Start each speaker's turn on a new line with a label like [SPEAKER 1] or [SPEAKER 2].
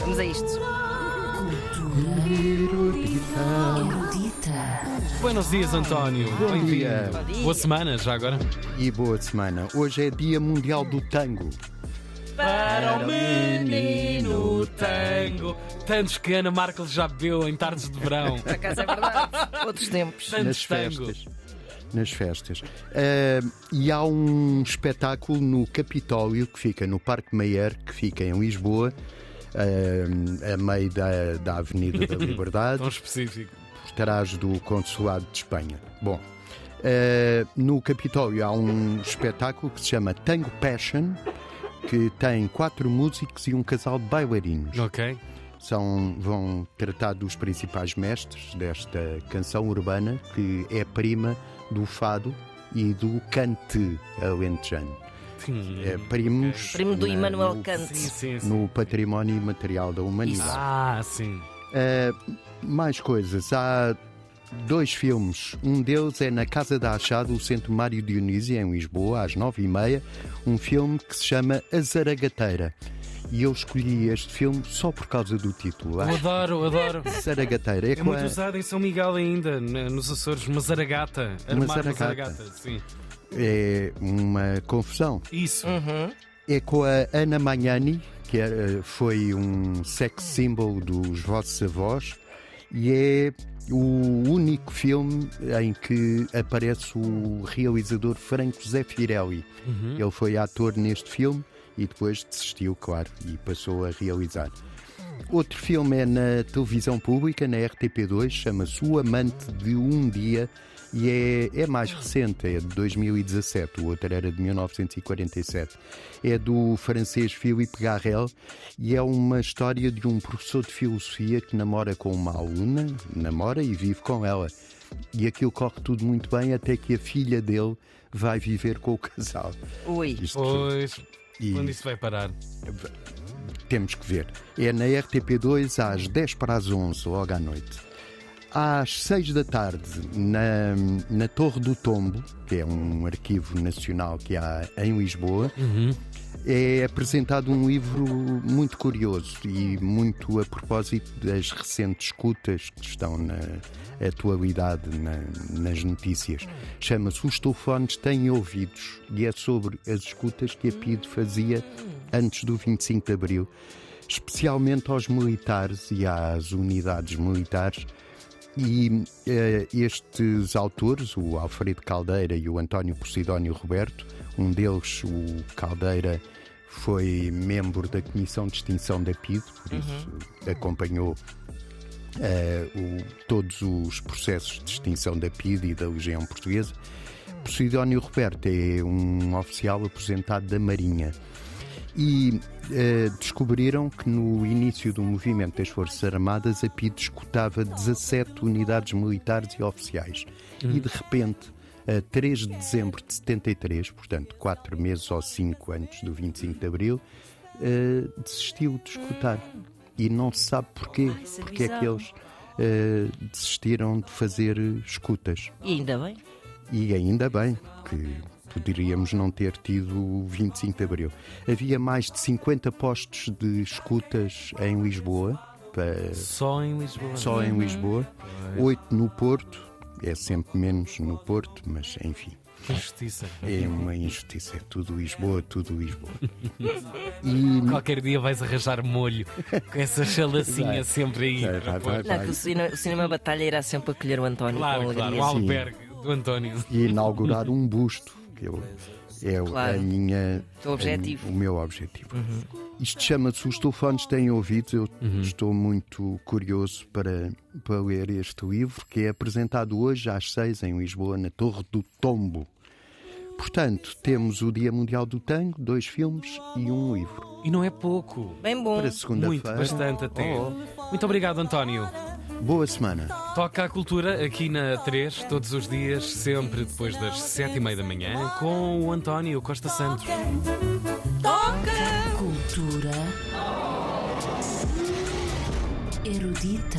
[SPEAKER 1] Vamos a isto.
[SPEAKER 2] Buenos dias, António.
[SPEAKER 3] Bom dia
[SPEAKER 2] Boa semana, já agora.
[SPEAKER 3] e boa semana. Hoje é Dia Mundial do Tango.
[SPEAKER 2] Para o menino tango. Tantos que Ana Markel já bebeu em tardes de verão.
[SPEAKER 1] Por acaso é verdade. Outros tempos.
[SPEAKER 3] nas
[SPEAKER 2] Tantos
[SPEAKER 3] festas.
[SPEAKER 2] tangos.
[SPEAKER 3] Nas festas. Ah, e há um espetáculo no Capitólio, que fica no Parque Mayer, que fica em Lisboa, ah, a meio da, da Avenida da Liberdade,
[SPEAKER 2] Tão específico.
[SPEAKER 3] por trás do Consulado de Espanha. Bom, ah, no Capitólio há um espetáculo que se chama Tango Passion, que tem quatro músicos e um casal de bailarinos.
[SPEAKER 2] Ok.
[SPEAKER 3] são, vão tratar dos principais mestres desta canção urbana que é prima do fado e do cante alentejano.
[SPEAKER 2] Sim.
[SPEAKER 3] É, primos
[SPEAKER 1] Primo do
[SPEAKER 3] na-
[SPEAKER 1] Emmanuel
[SPEAKER 3] no,
[SPEAKER 1] Kant.
[SPEAKER 2] Sim, sim, sim.
[SPEAKER 3] no património imaterial da humanidade.
[SPEAKER 2] Ah, sim.
[SPEAKER 3] Eh, mais coisas. Há dois filmes. Um deles é na Casa da Achado, o Centro Mário Dionísio, em Lisboa, às nove e meia. Um filme que se chama A Zaragateira. E eu escolhi este filme só por causa do
[SPEAKER 2] Eu
[SPEAKER 3] título. Acho
[SPEAKER 2] adoro, eu adoro.
[SPEAKER 3] Zaragateira.
[SPEAKER 2] É
[SPEAKER 3] com
[SPEAKER 2] muito
[SPEAKER 3] a-
[SPEAKER 2] usado em São Miguel ainda, na- nos Açores, uma zaragata. Armar uma
[SPEAKER 3] zaragata.
[SPEAKER 2] zaragata, sim.
[SPEAKER 3] é uma confusão.
[SPEAKER 2] Isso.
[SPEAKER 3] É com a Ana Magnani, que era- foi um sex symbol dos vossos avós, e é o único filme em que aparece o realizador Franco Zé Firelli. Ele foi ator neste filme e depois desistiu, claro, e passou a realizar. Outro filme é na televisão pública, na RTP2, chama-se O Amante de Um Dia e é, é mais recente, é de 2017, o outro era de 1947. É do francês Philippe Garrel e é uma história de um professor de filosofia que namora com uma aluna, namora e vive com ela. E aquilo corre tudo muito bem até que a filha dele vai viver com o casal.
[SPEAKER 1] Ui.
[SPEAKER 3] Isto
[SPEAKER 2] Pois,
[SPEAKER 3] E-
[SPEAKER 2] quando isso vai parar?
[SPEAKER 3] temos que ver. É na RTP2 às 10 para as 11, logo à noite. Às 6 da tarde, na, na Torre do Tombo, que é um arquivo nacional que há em Lisboa, é apresentado um livro muito curioso e muito a propósito das recentes escutas que estão na atualidade na- nas notícias. Chama-se Os Telefones Têm Ouvidos e é sobre as escutas que a PIDE fazia antes do 25 de Abril, especialmente aos militares e às unidades militares. E eh, estes autores, o Alfredo Caldeira e o António Posidónio Roberto, um deles, o Caldeira, foi membro da Comissão de Extinção da PIDE, por isso acompanhou eh, o- todos os processos de extinção da PIDE e da Legião Portuguesa. Posidónio Roberto é um oficial aposentado da Marinha e eh, descobriram que no início do movimento das Forças Armadas a PIDE escutava 17 unidades militares e oficiais.
[SPEAKER 1] Hum.
[SPEAKER 3] E de repente, a 3 de dezembro de 73, portanto 4 meses ou 5 antes do 25 de abril, eh, desistiu de escutar. E não se sabe porquê.
[SPEAKER 1] Ai, isso é
[SPEAKER 3] porque é que
[SPEAKER 1] bizarro.
[SPEAKER 3] eles eh, desistiram de fazer eh, escutas.
[SPEAKER 1] E ainda bem.
[SPEAKER 3] E ainda bem que poderíamos não ter tido o 25 de Abril. Havia mais de 50 postos de escutas em Lisboa, pa-
[SPEAKER 2] Só em Lisboa.
[SPEAKER 3] só em Lisboa, oito no Porto, é sempre menos no Porto, mas enfim.
[SPEAKER 2] Que Justiça.
[SPEAKER 3] É uma injustiça, é tudo Lisboa, tudo Lisboa. E
[SPEAKER 2] Qualquer dia vais arranjar molho com essa chalacinha sempre aí.
[SPEAKER 3] Vai, vai, vai,
[SPEAKER 1] Não,
[SPEAKER 3] vai.
[SPEAKER 1] que o cinema, o cinema Batalha irá sempre acolher o António com
[SPEAKER 2] Claro,
[SPEAKER 1] alegria.
[SPEAKER 2] claro. O
[SPEAKER 3] assim?
[SPEAKER 2] albergue do António.
[SPEAKER 3] E inaugurar um busto, que eu, é o-
[SPEAKER 1] Claro.
[SPEAKER 3] a minha,
[SPEAKER 1] Teu
[SPEAKER 3] a-
[SPEAKER 1] objetivo. Uhum.
[SPEAKER 3] o meu objetivo. Isto chama-se Os Telefones Têm Ouvidos. Eu
[SPEAKER 2] Uhum.
[SPEAKER 3] estou muito curioso para, para ler este livro, que é apresentado hoje às seis em Lisboa, na Torre do Tombo. Portanto, temos o Dia Mundial do Tango, dois filmes e um livro.
[SPEAKER 2] E não é pouco.
[SPEAKER 1] Bem bom.
[SPEAKER 3] Para
[SPEAKER 2] Muito,
[SPEAKER 3] segunda-feira. Oh,
[SPEAKER 2] bastante até. Muito obrigado, António.
[SPEAKER 3] Boa semana.
[SPEAKER 2] Toca a cultura aqui na 3, todos os dias, sempre depois das 7 e meia da manhã, com o António Costa Santos.
[SPEAKER 4] Toca.
[SPEAKER 5] Cultura erudita.